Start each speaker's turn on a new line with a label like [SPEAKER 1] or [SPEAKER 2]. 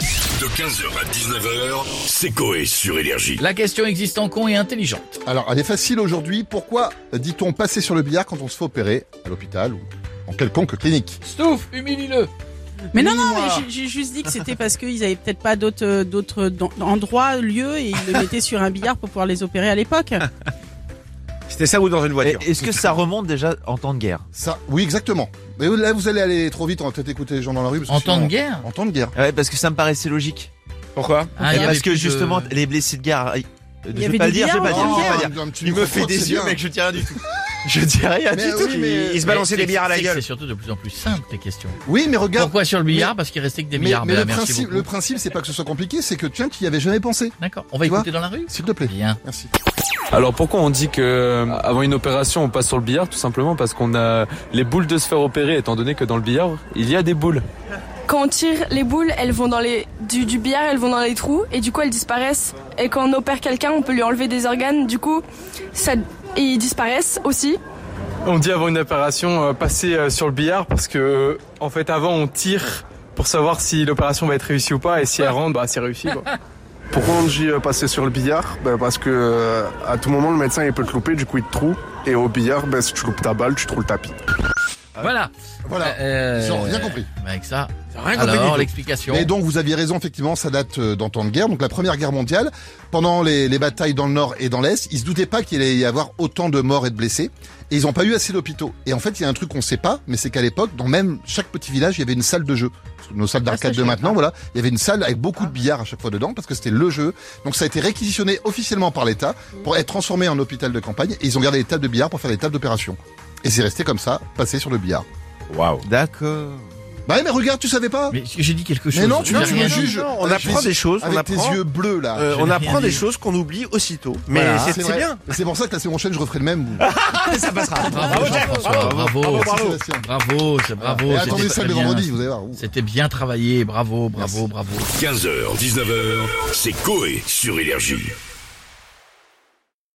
[SPEAKER 1] De 15h à 19h, c'est Coé sur Énergie.
[SPEAKER 2] La question existe en con et intelligente.
[SPEAKER 3] Alors, elle est facile aujourd'hui. Pourquoi dit-on passer sur le billard quand on se fait opérer à l'hôpital ou en quelconque clinique
[SPEAKER 2] Stouff, humilie-le.
[SPEAKER 4] Mais non, non, mais j'ai- j'ai juste dit que c'était parce qu'ils avaient peut-être pas d'autres euh, d'autres d'en- endroits, lieux, et ils le mettaient sur un billard pour pouvoir les opérer à l'époque.
[SPEAKER 5] C'était ça ou dans une voiture
[SPEAKER 6] Et Est-ce que ça remonte déjà en temps de guerre
[SPEAKER 3] Ça, oui, exactement. Mais là, vous allez aller trop vite. On va peut-être écouter les gens dans la rue. parce que
[SPEAKER 2] En temps
[SPEAKER 3] sinon-
[SPEAKER 2] de guerre
[SPEAKER 3] En temps de guerre.
[SPEAKER 6] Ah Ouais, parce que ça me paraissait logique.
[SPEAKER 5] Pourquoi
[SPEAKER 2] Ah, il y avait
[SPEAKER 6] parce que
[SPEAKER 2] plus de-
[SPEAKER 6] justement, les blessés de guerre. euh,
[SPEAKER 4] Il y
[SPEAKER 6] Je
[SPEAKER 4] avait
[SPEAKER 6] vais pas
[SPEAKER 4] des
[SPEAKER 6] le dire, je vais pas le
[SPEAKER 4] billards
[SPEAKER 6] dire,
[SPEAKER 4] en
[SPEAKER 6] je vais pas le
[SPEAKER 4] guerre.
[SPEAKER 6] dire.
[SPEAKER 3] Ah, un petit
[SPEAKER 6] Il me
[SPEAKER 3] micro,
[SPEAKER 6] fait
[SPEAKER 3] c'est
[SPEAKER 6] des yeux,
[SPEAKER 3] bien.
[SPEAKER 6] mec, je dis rien du tout. Je dis rien
[SPEAKER 3] Mais
[SPEAKER 6] du tout.
[SPEAKER 3] oui, mais-
[SPEAKER 5] Il se balançait
[SPEAKER 2] Mais
[SPEAKER 5] des billards à la
[SPEAKER 2] c'est que
[SPEAKER 5] gueule.
[SPEAKER 2] C'est surtout de plus en plus simple tes questions.
[SPEAKER 3] Oui, mais regarde.
[SPEAKER 2] Pourquoi sur le billard Parce qu'il restait que des
[SPEAKER 3] mais,
[SPEAKER 2] milliards.
[SPEAKER 3] mais
[SPEAKER 2] Bah,
[SPEAKER 3] le,
[SPEAKER 2] merci
[SPEAKER 3] principe,
[SPEAKER 2] beaucoup.
[SPEAKER 3] le principe, c'est pas que ce soit compliqué, c'est que tiens, tu y avais jamais pensé.
[SPEAKER 2] D'accord. On va
[SPEAKER 3] Tu vois
[SPEAKER 2] écouter dans la rue.
[SPEAKER 3] S'il te plaît.
[SPEAKER 2] Bien.
[SPEAKER 3] Merci.
[SPEAKER 7] Alors pourquoi on dit que euh, avant une opération on passe sur le billard Tout simplement parce qu'on a les boules de se faire opérer étant donné que dans le billard il y a des boules.
[SPEAKER 8] Quand on tire les boules, elles vont dans les du, du billard, elles vont dans les trous et du coup elles disparaissent. Et quand on opère quelqu'un, on peut lui enlever des organes, du coup ça et ils disparaissent aussi.
[SPEAKER 9] On dit avant une opération euh, passer euh, sur le billard parce que euh, en fait avant on tire pour savoir si l'opération va être réussie ou pas et si elle rentre bah c'est réussi quoi.
[SPEAKER 10] Pourquoi on dit euh, passer sur le billard ben Parce que euh, à tout moment le médecin il peut te louper, du coup il te trouve. Et au billard, ben, si tu loupes ta balle, tu trouves le tapis.
[SPEAKER 2] Voilà.
[SPEAKER 3] Euh, Voilà.
[SPEAKER 2] Euh,
[SPEAKER 3] Ils ont rien compris.
[SPEAKER 2] bah, Avec ça.
[SPEAKER 5] Rien compris
[SPEAKER 2] Alors
[SPEAKER 5] du tout.
[SPEAKER 2] l'explication.
[SPEAKER 3] Mais donc vous aviez raison, effectivement, ça date euh, dans temps de guerre, donc la Première Guerre mondiale. Pendant les, les batailles dans le nord et dans l'est, ils se doutaient pas qu'il allait y avoir autant de morts et de blessés, et ils n'ont pas eu assez d'hôpitaux. Et en fait, il y a un truc qu'on sait pas, mais c'est qu'à l'époque, dans même chaque petit village, il y avait une salle de jeu. Nos salles d'arcade de maintenant, voilà, il y avait une salle avec beaucoup de billard à chaque fois dedans, parce que c'était le jeu. Donc ça a été réquisitionné officiellement par l'État pour être transformé en hôpital de campagne, et ils ont gardé les tables de billard pour faire des tables d'opération. Et c'est resté comme ça, passé sur le billard.
[SPEAKER 5] Waouh.
[SPEAKER 6] D'accord.
[SPEAKER 3] Bah ouais, mais regarde, tu savais pas
[SPEAKER 2] Mais j'ai dit quelque chose.
[SPEAKER 3] mais non, tu,
[SPEAKER 2] J'ai
[SPEAKER 3] tu
[SPEAKER 2] rien
[SPEAKER 3] me
[SPEAKER 2] dit.
[SPEAKER 3] juges.
[SPEAKER 5] non, on
[SPEAKER 3] avec
[SPEAKER 5] apprend
[SPEAKER 3] tes-
[SPEAKER 5] des choses, on
[SPEAKER 3] Avec tes
[SPEAKER 5] apprend.
[SPEAKER 3] yeux bleus, là.
[SPEAKER 5] Euh,
[SPEAKER 2] Je
[SPEAKER 5] on
[SPEAKER 2] n'ai rien
[SPEAKER 5] apprend des
[SPEAKER 2] dit.
[SPEAKER 5] choses qu'on oublie aussitôt. Mais
[SPEAKER 2] Voilà.
[SPEAKER 5] c'est
[SPEAKER 3] Ah, C'est
[SPEAKER 5] c'est
[SPEAKER 3] vrai.
[SPEAKER 5] bien.
[SPEAKER 3] Et C'est pour ça que la semaine prochaine, je referai le même.
[SPEAKER 5] ça passera.
[SPEAKER 2] Bravo, Jean-François, bravo.
[SPEAKER 5] Bravo,
[SPEAKER 3] Merci,
[SPEAKER 5] bravo.
[SPEAKER 3] Sébastien.
[SPEAKER 2] Bravo, c'est bravo.
[SPEAKER 3] Et
[SPEAKER 2] c'était
[SPEAKER 3] attendez
[SPEAKER 2] très
[SPEAKER 3] ça le
[SPEAKER 2] bien.
[SPEAKER 3] vendredi, vous allez voir. Ouh.
[SPEAKER 2] C'était bien travaillé. Bravo, bravo, bravo.
[SPEAKER 1] 15h, 19h, c'est Coé sur Énergie.